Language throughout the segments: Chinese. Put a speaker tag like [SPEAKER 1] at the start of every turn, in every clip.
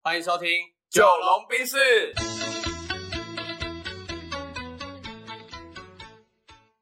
[SPEAKER 1] 欢迎收听《
[SPEAKER 2] 九龙冰室。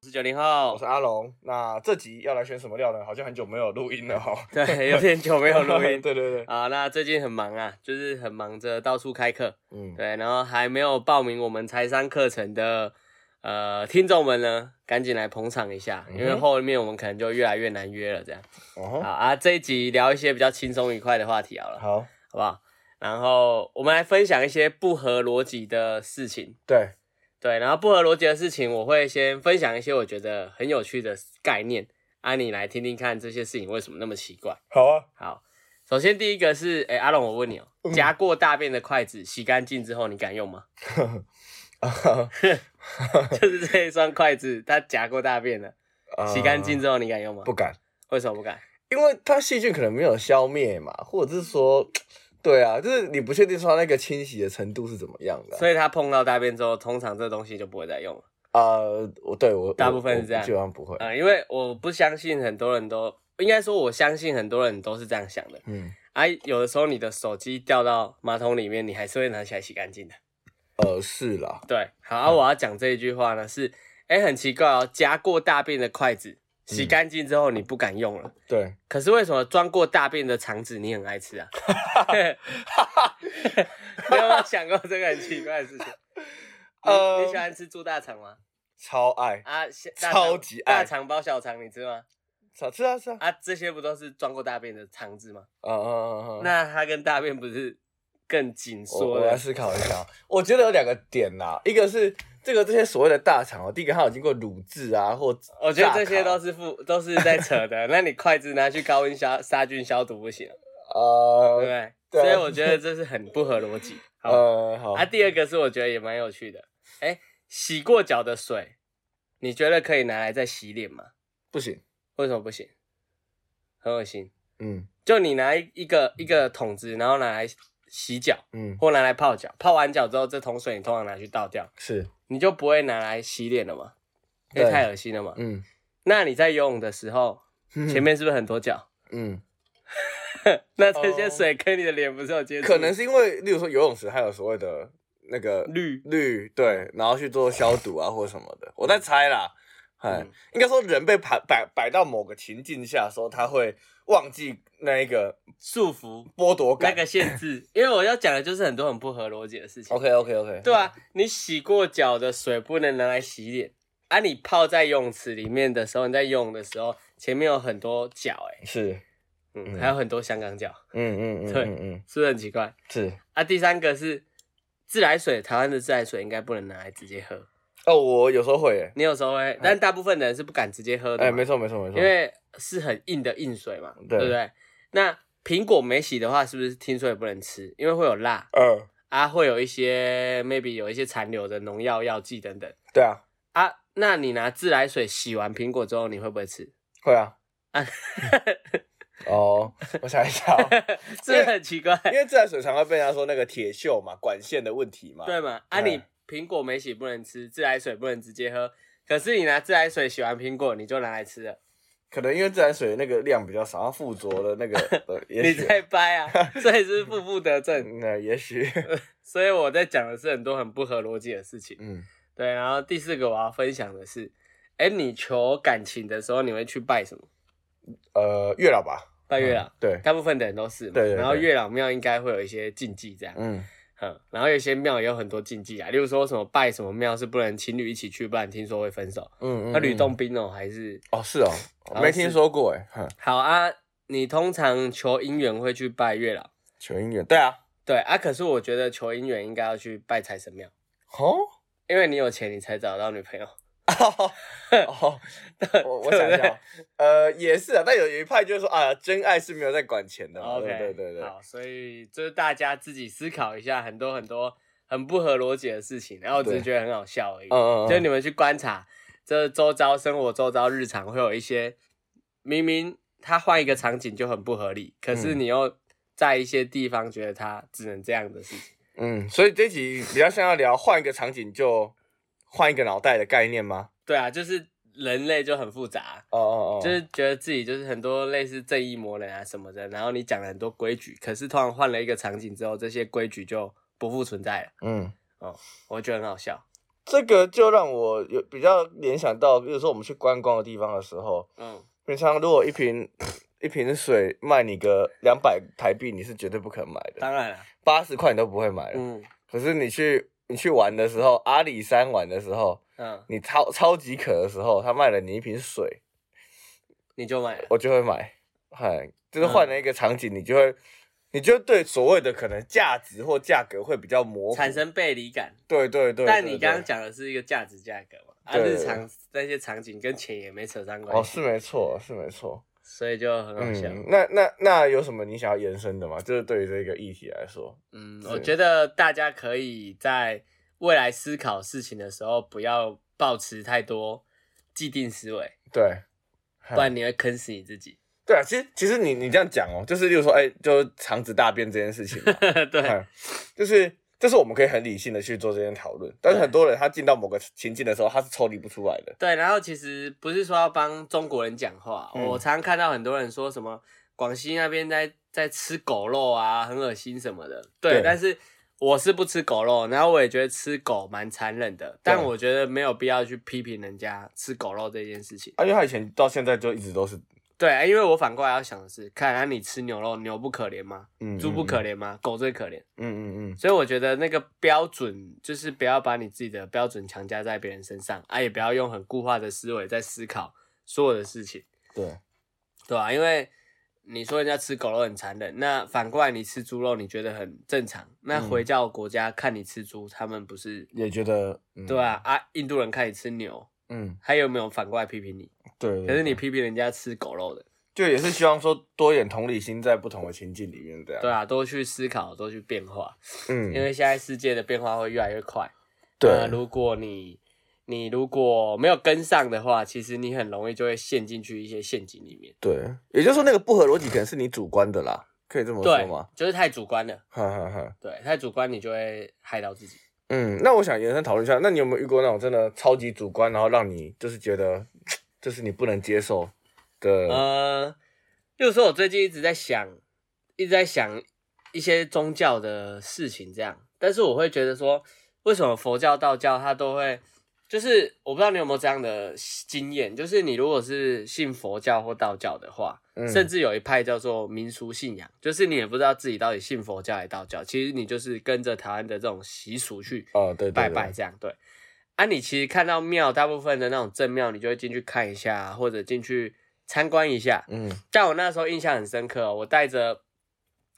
[SPEAKER 1] 我是九零后
[SPEAKER 2] 我是，阿龙，那这集要来选什么料呢？好像很久没有录音了哈、
[SPEAKER 1] 对，有点久没有录音。
[SPEAKER 2] 对对对，
[SPEAKER 1] 啊，那最近很忙啊，就是很忙着到处开课，
[SPEAKER 2] 嗯，
[SPEAKER 1] 对，然后还没有报名我们财商课程的呃听众们呢，赶紧来捧场一下，因为
[SPEAKER 2] 嗯哼
[SPEAKER 1] 后面我们可能就越来越难约了这样。好
[SPEAKER 2] 哦，
[SPEAKER 1] 啊，这一集聊一些比较轻松愉快的话题好了，好
[SPEAKER 2] 好，
[SPEAKER 1] 不好？然后我们来分享一些不合逻辑的事情，
[SPEAKER 2] 对，
[SPEAKER 1] 对，然后不合逻辑的事情，我会先分享一些我觉得很有趣的概念，啊，你来听听看这些事情为什么那么奇怪。
[SPEAKER 2] 好啊，
[SPEAKER 1] 好，首先第一个是，哎、阿龙，我问你哦、
[SPEAKER 2] 嗯
[SPEAKER 1] 夹过大便的筷子洗干净之后，你敢用吗？ 就是这一双筷子，它夹过大便了， 洗干净
[SPEAKER 2] 呃
[SPEAKER 1] 之后你敢用吗？
[SPEAKER 2] 不，敢，
[SPEAKER 1] 为什么不敢？
[SPEAKER 2] 因为它细菌可能没有消灭嘛，或者是说，对啊，就是你不确定说它那个清洗的程度是怎么样的啊。
[SPEAKER 1] 所以它碰到大便之后，通常这东西就不会再用了。
[SPEAKER 2] 呃，我对我
[SPEAKER 1] 大
[SPEAKER 2] 我
[SPEAKER 1] 部分是
[SPEAKER 2] 我
[SPEAKER 1] 这样
[SPEAKER 2] 基本上不会。
[SPEAKER 1] 嗯、因为我不相信很多人都，应该说我相信很多人都是这样想的。
[SPEAKER 2] 嗯，
[SPEAKER 1] 啊，有的时候你的手机掉到马桶里面，你还是会拿起来洗干净的。
[SPEAKER 2] 呃，是啦，
[SPEAKER 1] 对，好，
[SPEAKER 2] 嗯
[SPEAKER 1] 啊、我要讲这一句话呢是，哎、很奇怪哦，夹过大便的筷子
[SPEAKER 2] 嗯
[SPEAKER 1] 洗干净之后你不敢用了，
[SPEAKER 2] 对，
[SPEAKER 1] 可是为什么装过大便的肠子你很爱吃啊？ 你有没有想过这个很奇怪的事 情？你
[SPEAKER 2] 呃
[SPEAKER 1] 你喜欢吃猪大肠吗？
[SPEAKER 2] 超爱，
[SPEAKER 1] 啊，小大肠
[SPEAKER 2] 超级爱
[SPEAKER 1] 大肠包小肠，你吃吗？
[SPEAKER 2] 超是啊是啊，
[SPEAKER 1] 啊，这些不都是装过大便的肠子吗？
[SPEAKER 2] 嗯嗯嗯嗯，
[SPEAKER 1] 那它跟大便不是更紧
[SPEAKER 2] 我
[SPEAKER 1] 缩
[SPEAKER 2] 我来
[SPEAKER 1] 的？
[SPEAKER 2] 思考一下，哦我觉得有两个点啦，一个是这个这些所谓的大厂哦，第一个它有经过卤制啊，或
[SPEAKER 1] 我觉得这
[SPEAKER 2] 炸烤
[SPEAKER 1] 些都是负都是在扯的。 那你筷子拿去高温消杀菌消毒不行，对不
[SPEAKER 2] 呃
[SPEAKER 1] 对？
[SPEAKER 2] 对啊
[SPEAKER 1] 所以我觉得这是很不合逻辑。好，
[SPEAKER 2] 呃好
[SPEAKER 1] 啊，第二个是我觉得也蛮有趣的。哎，洗过脚的水，你觉得可以拿来再洗脸吗？
[SPEAKER 2] 不行，
[SPEAKER 1] 为什么不行？很恶心。
[SPEAKER 2] 嗯
[SPEAKER 1] 就你拿一个一个桶子，然后拿来洗脚
[SPEAKER 2] 嗯
[SPEAKER 1] 或拿来泡脚，泡完脚之后，这桶水你通常拿去倒掉，
[SPEAKER 2] 是
[SPEAKER 1] 你就不会拿来洗脸了嘛，因为
[SPEAKER 2] 对
[SPEAKER 1] 太恶心了嘛。
[SPEAKER 2] 嗯
[SPEAKER 1] 那你在游泳的时候，前面是不是很多脚？
[SPEAKER 2] 嗯，
[SPEAKER 1] 那这些水跟你的脸不是有接触？
[SPEAKER 2] 哦可能是因为例如说游泳池它有所谓的那个
[SPEAKER 1] 绿。
[SPEAKER 2] 氯对，然后去做消毒啊或什么的，我在猜啦。哎
[SPEAKER 1] 嗯，
[SPEAKER 2] 应该说人被摆摆摆到某个情境下的时候，他会忘记那一个
[SPEAKER 1] 束缚
[SPEAKER 2] 剥夺
[SPEAKER 1] 那
[SPEAKER 2] 感。
[SPEAKER 1] 个限制，因为我要讲的就是很多很不合逻辑的事情。
[SPEAKER 2] OK OK OK，
[SPEAKER 1] 对啊，你洗过脚的水不能拿来洗脸啊！你泡在游泳池里面的时候，你在游泳的时候，前面有很多脚、欸，
[SPEAKER 2] 是，
[SPEAKER 1] 嗯，
[SPEAKER 2] 嗯
[SPEAKER 1] 还有很多香港脚，
[SPEAKER 2] 嗯嗯嗯
[SPEAKER 1] 对
[SPEAKER 2] 嗯嗯
[SPEAKER 1] 是不是很奇怪
[SPEAKER 2] 是。
[SPEAKER 1] 啊？第三个是自来水，台湾的自来水应该不能拿来直接喝，
[SPEAKER 2] 哦，我有时候会耶，
[SPEAKER 1] 你有时候会，但大部分的人是不敢直接喝的嘛。
[SPEAKER 2] 哎，没错没错没错，
[SPEAKER 1] 因为是很硬的硬水嘛，对
[SPEAKER 2] 对
[SPEAKER 1] 不对？那苹果没洗的话，是不是听说也不能吃？因为会有辣
[SPEAKER 2] 呃，
[SPEAKER 1] 啊，会有一些 maybe 有一些残留的农药药剂等等
[SPEAKER 2] 对啊，
[SPEAKER 1] 啊。那你拿自来水洗完苹果之后，你会不会吃？
[SPEAKER 2] 会啊
[SPEAKER 1] 啊。
[SPEAKER 2] 哦，我想一 下哦，
[SPEAKER 1] 是不是很奇怪？
[SPEAKER 2] 因为自来水常会被人家说那个铁锈嘛，管线的问题嘛。
[SPEAKER 1] 对嘛？啊，
[SPEAKER 2] 嗯
[SPEAKER 1] 你苹果没洗不能吃，自来水不能直接喝。可是你拿自来水洗完苹果，你就拿来吃了，
[SPEAKER 2] 可能因为自来水那个量比较少，它附着的 那个，呃也
[SPEAKER 1] 你
[SPEAKER 2] 许，嗯
[SPEAKER 1] 在掰 啊，所以是负负得正。
[SPEAKER 2] 那也 许，
[SPEAKER 1] 所以我在讲的是很多很不合逻辑的事情。
[SPEAKER 2] 嗯，
[SPEAKER 1] 对，然后第四个我要分享的是，哎，你求感情的时候，你会去拜什么？
[SPEAKER 2] 呃，月老吧，嗯
[SPEAKER 1] 拜啊月老，
[SPEAKER 2] 对，
[SPEAKER 1] 大部分的人都是嘛。
[SPEAKER 2] 对对对
[SPEAKER 1] 然后月老庙应该会有一些禁忌这样，
[SPEAKER 2] 嗯，
[SPEAKER 1] 嗯，然后有些庙也有很多禁忌啊，例如说什么拜什么庙是不能情侣一起去，不然听说会分手。
[SPEAKER 2] 嗯嗯，
[SPEAKER 1] 那吕
[SPEAKER 2] 嗯
[SPEAKER 1] 洞宾哦，还是
[SPEAKER 2] 哦，是哦，
[SPEAKER 1] 像
[SPEAKER 2] 没听
[SPEAKER 1] 是
[SPEAKER 2] 说过哎，哼，
[SPEAKER 1] 好啊？你通常求姻缘会去拜月老，
[SPEAKER 2] 求姻缘，对啊，
[SPEAKER 1] 对啊，可是我觉得求姻缘应该要去拜财神庙，
[SPEAKER 2] 哦，
[SPEAKER 1] 因为你有钱，你才找到女朋友。
[SPEAKER 2] 哦， 我我想一下哦，呃，也是啊，但有有一派就是说啊，真爱是没有在管钱的嘛，
[SPEAKER 1] 哦 OK，
[SPEAKER 2] 对对对对，
[SPEAKER 1] 好，所以就是大家自己思考一下，很多很多很不合逻辑的事情，然后我只是
[SPEAKER 2] 对
[SPEAKER 1] 觉得很好笑而已。
[SPEAKER 2] 嗯嗯，
[SPEAKER 1] 就是你们去观察，这周遭生活周遭日常会有一些，明明他换一个场景就很不合理，可是
[SPEAKER 2] 嗯
[SPEAKER 1] 你又在一些地方觉得他只能这样的事情。
[SPEAKER 2] 嗯，所以这集比较像要聊换一个场景就换一个脑袋的概念吗？
[SPEAKER 1] 对啊，就是人类就很复杂，
[SPEAKER 2] 哦哦哦，
[SPEAKER 1] 就是觉得自己就是很多类似正义魔人啊什么的，然后你讲了很多规矩，可是突然换了一个场景之后，这些规矩就不复存在了，
[SPEAKER 2] 嗯，
[SPEAKER 1] 我觉得很好笑。
[SPEAKER 2] 这个就让我有比较联想到，比如说我们去观光的地方的时候，
[SPEAKER 1] 嗯，
[SPEAKER 2] 平常如果一瓶一瓶水卖你个两百台币，你是绝对不肯买的，
[SPEAKER 1] 当然了，
[SPEAKER 2] 八十块你都不会买了。
[SPEAKER 1] 嗯
[SPEAKER 2] 可是你去你去玩的时候，阿里山玩的时候，
[SPEAKER 1] 嗯，
[SPEAKER 2] 你超超级渴的时候，他卖了你一瓶水，
[SPEAKER 1] 你就买了，
[SPEAKER 2] 我就会买。嗨，就是换了
[SPEAKER 1] 嗯
[SPEAKER 2] 一个场景，你就会，你就会对所谓的可能价值或价格会比较模糊。
[SPEAKER 1] 产生背离感。
[SPEAKER 2] 对对对。
[SPEAKER 1] 但
[SPEAKER 2] 对
[SPEAKER 1] 你
[SPEAKER 2] 对
[SPEAKER 1] 刚刚讲的是一个价值价格嘛，啊，
[SPEAKER 2] 对
[SPEAKER 1] 日常那些场景跟钱也没扯上
[SPEAKER 2] 哦，
[SPEAKER 1] 关系，
[SPEAKER 2] 是没错，是没错。
[SPEAKER 1] 所以就很好笑。
[SPEAKER 2] 嗯，那那那有什么你想要延伸的吗？就是对于这个议题来说，
[SPEAKER 1] 嗯，
[SPEAKER 2] 是
[SPEAKER 1] 我觉得大家可以在未来思考事情的时候，不要抱持太多既定思维，
[SPEAKER 2] 对，嗨
[SPEAKER 1] 不然你会坑死你自己。
[SPEAKER 2] 对啊，其实其实你你这样讲哦，就是例如说，哎、就是肠子大便这件事情 嘛，
[SPEAKER 1] 对，
[SPEAKER 2] 嗯就是这是我们可以很理性的去做这些讨论，但是
[SPEAKER 1] 对
[SPEAKER 2] 很多人他进到某个情境的时候，他是抽离不出来的。
[SPEAKER 1] 对，然后其实不是说要帮中国人讲话，
[SPEAKER 2] 嗯
[SPEAKER 1] 我常看到很多人说什么广西那边在在吃狗肉啊，很恶心什么的。对，
[SPEAKER 2] 对
[SPEAKER 1] 但是我是不吃狗肉，然后我也觉得吃狗蛮残忍的，但我觉得没有必要去批评人家吃狗肉这件事情。
[SPEAKER 2] 啊，因为他以前到现在就一直都是，
[SPEAKER 1] 对，啊因为我反过来要想的是，看啊，你吃牛肉，牛不可怜吗？
[SPEAKER 2] 嗯，
[SPEAKER 1] 猪不可怜吗？狗最可怜。
[SPEAKER 2] 嗯，嗯嗯嗯，
[SPEAKER 1] 所以我觉得那个标准就是不要把你自己的标准强加在别人身上啊，也不要用很固化的思维在思考所有的事情，
[SPEAKER 2] 对，
[SPEAKER 1] 对吧、因为你说人家吃狗肉很残忍，那反过来你吃猪肉你觉得很正常，那回教国家看你吃猪，他们不是
[SPEAKER 2] 也觉得，嗯
[SPEAKER 1] 对吧、，啊？印度人看你吃牛，
[SPEAKER 2] 嗯，
[SPEAKER 1] 还有没有反过来批评你？
[SPEAKER 2] 对对
[SPEAKER 1] 可是你
[SPEAKER 2] 对
[SPEAKER 1] 批评人家吃狗肉的，
[SPEAKER 2] 就也是希望说多一点同理心在不同的情境里面这样。
[SPEAKER 1] 对，啊，多去思考，多去变化。
[SPEAKER 2] 嗯，
[SPEAKER 1] 因为现在世界的变化会越来越快。
[SPEAKER 2] 对
[SPEAKER 1] 那如果你你如果没有跟上的话，其实你很容易就会陷进去一些陷阱里面。
[SPEAKER 2] 对，也就是说那个不合逻辑可能是你主观的啦，可以这么说
[SPEAKER 1] 对
[SPEAKER 2] 吗？，
[SPEAKER 1] 就是太主观了。
[SPEAKER 2] 哈哈哈。
[SPEAKER 1] 对，太主观你就会害到自己。
[SPEAKER 2] 嗯，那我想延伸讨论一下，那你有没有遇过那种真的超级主观，然后让你就是觉得就是你不能接受的？
[SPEAKER 1] 呃，就是说我最近一直在想，一直在想一些宗教的事情，这样。但是我会觉得说，为什么佛教、道教它都会，就是我不知道你有没有这样的经验，就是你如果是信佛教或道教的话，
[SPEAKER 2] 嗯
[SPEAKER 1] 甚至有一派叫做民俗信仰，就是你也不知道自己到底信佛教还是道教，其实你就是跟着台湾的这种习俗去
[SPEAKER 2] 哦，对对对，
[SPEAKER 1] 拜拜这样对。啊，你其实看到庙，大部分的那种正庙，你就会进去看一下，或者进去参观一下。
[SPEAKER 2] 嗯
[SPEAKER 1] 但我那时候印象很深刻、哦，我带着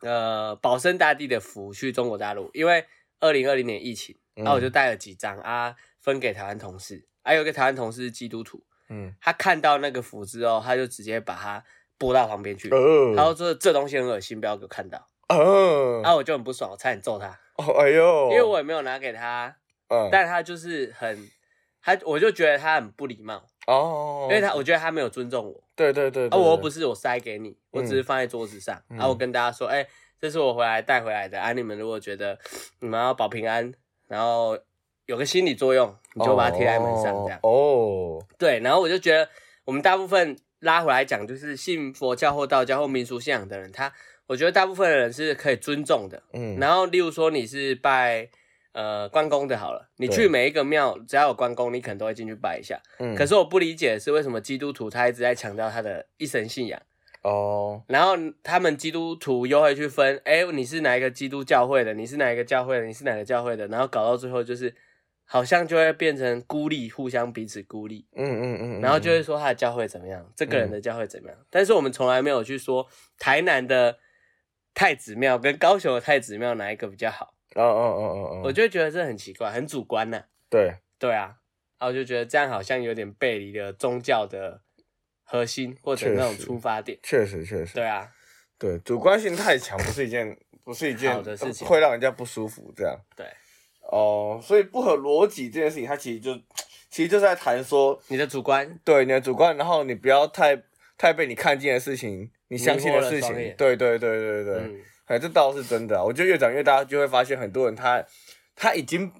[SPEAKER 1] 呃保生大帝的符去中国大陆，因为二零二零年疫情，
[SPEAKER 2] 嗯
[SPEAKER 1] 然后我就带了几张啊，分给台湾同事。还、有一个台湾同事是基督徒，
[SPEAKER 2] 嗯，
[SPEAKER 1] 他看到那个符之后，他就直接把它拨到旁边去，
[SPEAKER 2] 哦，
[SPEAKER 1] 他就说这东西很恶心，不要给我看到。
[SPEAKER 2] 哦，
[SPEAKER 1] 啊，我就很不爽，我差点揍他，
[SPEAKER 2] 哦，哎呦，
[SPEAKER 1] 因为我也没有拿给他，
[SPEAKER 2] 嗯，
[SPEAKER 1] 但他就是很，他我就觉得他很不礼貌，
[SPEAKER 2] 哦，
[SPEAKER 1] 因为他我觉得他没有尊重我，
[SPEAKER 2] 对对对，
[SPEAKER 1] 啊，
[SPEAKER 2] 对
[SPEAKER 1] 我又
[SPEAKER 2] 对
[SPEAKER 1] 不是我塞给你，我只是放在桌子上，
[SPEAKER 2] 嗯
[SPEAKER 1] 然后我跟大家说，哎、这是我回来带回来的，啊，你们如果觉得你们要保平安，然后有个心理作用，你就把它贴在门上这样，
[SPEAKER 2] 哦，
[SPEAKER 1] 对，然后我就觉得我们大部分拉回来讲，就是信佛教或道教或民俗信仰的人，他我觉得大部分的人是可以尊重的，
[SPEAKER 2] 嗯，
[SPEAKER 1] 然后，例如说你是拜呃关公的好了，你
[SPEAKER 2] 对
[SPEAKER 1] 去每一个庙，只要有关公，你可能都会进去拜一下。
[SPEAKER 2] 嗯
[SPEAKER 1] 可是我不理解的是，为什么基督徒他一直在强调他的一神信仰，
[SPEAKER 2] 哦，
[SPEAKER 1] 然后他们基督徒又会去分，哎，你是哪一个基督教会的，你是哪一个教会的，你是哪个教会的，然后搞到最后就是好像就会变成孤立，互相彼此孤立，
[SPEAKER 2] 嗯嗯嗯，嗯嗯
[SPEAKER 1] 然后就会说他的教会怎么样，这个人的教会怎么样。但是我们从来没有去说台南的太子庙跟高雄的太子庙哪一个比较好。
[SPEAKER 2] 哦哦哦哦哦，
[SPEAKER 1] 我就会觉得这很奇怪，很主观呐、
[SPEAKER 2] 对，
[SPEAKER 1] 对啊，然后就觉得这样好像有点背离了宗教的核心或者
[SPEAKER 2] 确
[SPEAKER 1] 那种
[SPEAKER 2] 实
[SPEAKER 1] 出发点。
[SPEAKER 2] 确实确实，
[SPEAKER 1] 对啊，
[SPEAKER 2] 对，主观性太强不是一件不是一件
[SPEAKER 1] 好的事情
[SPEAKER 2] 会让人家不舒服这样。
[SPEAKER 1] 对，
[SPEAKER 2] 哦，所以不合逻辑这件事情，它其实就其实就是在谈说，
[SPEAKER 1] 你的主观，
[SPEAKER 2] 对你的主观，然后你不要太太被你看见的事情，你相信的
[SPEAKER 1] 迷惑了
[SPEAKER 2] 事情
[SPEAKER 1] 双眼，
[SPEAKER 2] 对对对对对，
[SPEAKER 1] 嗯，
[SPEAKER 2] 哎，这倒是真的啊。我觉得越长越大，就会发现很多人他他已经，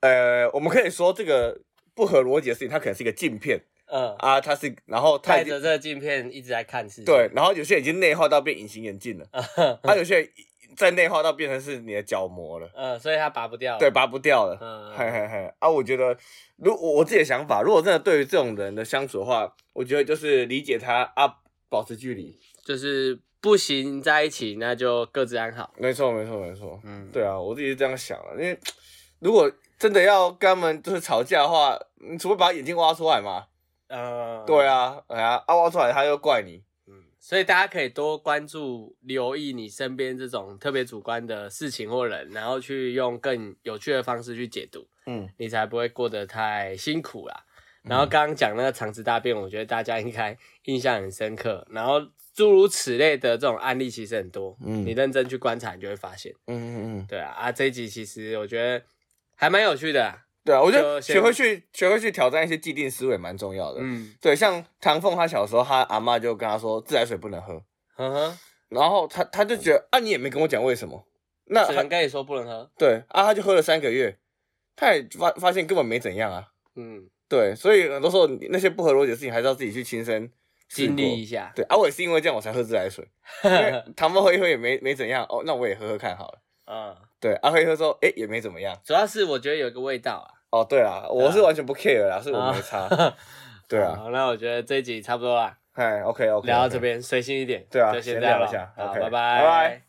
[SPEAKER 2] 呃，我们可以说这个不合逻辑的事情，它可能是一个镜片，
[SPEAKER 1] 嗯，
[SPEAKER 2] 啊，他是然后他
[SPEAKER 1] 带
[SPEAKER 2] 已经
[SPEAKER 1] 着这个镜片一直在看世界。
[SPEAKER 2] 对，，然后有些人已经内化到变隐形眼镜 了，他有些人再内化到变成是你的角膜了，
[SPEAKER 1] 嗯，所以他拔不掉。
[SPEAKER 2] 对，，拔不掉了。
[SPEAKER 1] 嗯，
[SPEAKER 2] 嘿嘿嘿啊！我觉得，如我我自己的想法，如果真的对于这种人的相处的话，我觉得就是理解他啊，保持距离。
[SPEAKER 1] 就是不行在一起，那就各自安好。
[SPEAKER 2] 没错，没错，没错。
[SPEAKER 1] 嗯，
[SPEAKER 2] 对啊，我自己是这样想的，因为如果真的要跟他们就是吵架的话，你除非把眼睛挖出来嘛。
[SPEAKER 1] 嗯，
[SPEAKER 2] 对，啊，哎呀，啊挖出来他又怪你。
[SPEAKER 1] 嗯，所以大家可以多关注、留意你身边这种特别主观的事情或人，然后去用更有趣的方式去解读，
[SPEAKER 2] 嗯，
[SPEAKER 1] 你才不会过得太辛苦啦。然后刚刚讲那个肠子大便，我觉得大家应该印象很深刻。然后诸如此类的这种案例其实很多，
[SPEAKER 2] 嗯
[SPEAKER 1] 你认真去观察，你就会发现。
[SPEAKER 2] 嗯嗯嗯，
[SPEAKER 1] 对啊，啊，这一集其实我觉得还蛮有趣的啊。
[SPEAKER 2] 对啊，我觉
[SPEAKER 1] 就
[SPEAKER 2] 得
[SPEAKER 1] 先
[SPEAKER 2] 学会去学会去挑战一些既定思维蛮重要的。
[SPEAKER 1] 嗯，
[SPEAKER 2] 对，像唐凤，他小时候他阿嬷就跟他说自来水不能喝，
[SPEAKER 1] 呵呵，
[SPEAKER 2] 然后他他就觉得啊，你也没跟我讲为什么，那
[SPEAKER 1] 只
[SPEAKER 2] 他
[SPEAKER 1] 能跟你说不能喝。
[SPEAKER 2] 对啊，他就喝了三个月，他也发发现根本没怎样啊。
[SPEAKER 1] 嗯，
[SPEAKER 2] 对，所以很多时候你那些不合逻辑的事情，还是要自己去亲身试
[SPEAKER 1] 经
[SPEAKER 2] 过
[SPEAKER 1] 历一下。
[SPEAKER 2] 对啊，我也是因为这样我才喝自来 水，因为糖分喝一喝也没没怎样哦，那我也喝喝看好了。
[SPEAKER 1] 嗯，
[SPEAKER 2] 对，啊喝一喝之后，哎、也没怎么样。
[SPEAKER 1] 主要是我觉得有个味道啊。
[SPEAKER 2] 哦，对啦，我是完全不 care 啦，所以我没差。对 啊，
[SPEAKER 1] 好，那我觉得这一集差不多啦，
[SPEAKER 2] 哎，OK OK，
[SPEAKER 1] 聊到这。边随性一点。
[SPEAKER 2] 对啊
[SPEAKER 1] 就先
[SPEAKER 2] 闲
[SPEAKER 1] 这样
[SPEAKER 2] 聊
[SPEAKER 1] 了
[SPEAKER 2] 一下
[SPEAKER 1] 好，
[SPEAKER 2] OK
[SPEAKER 1] 拜拜
[SPEAKER 2] 拜拜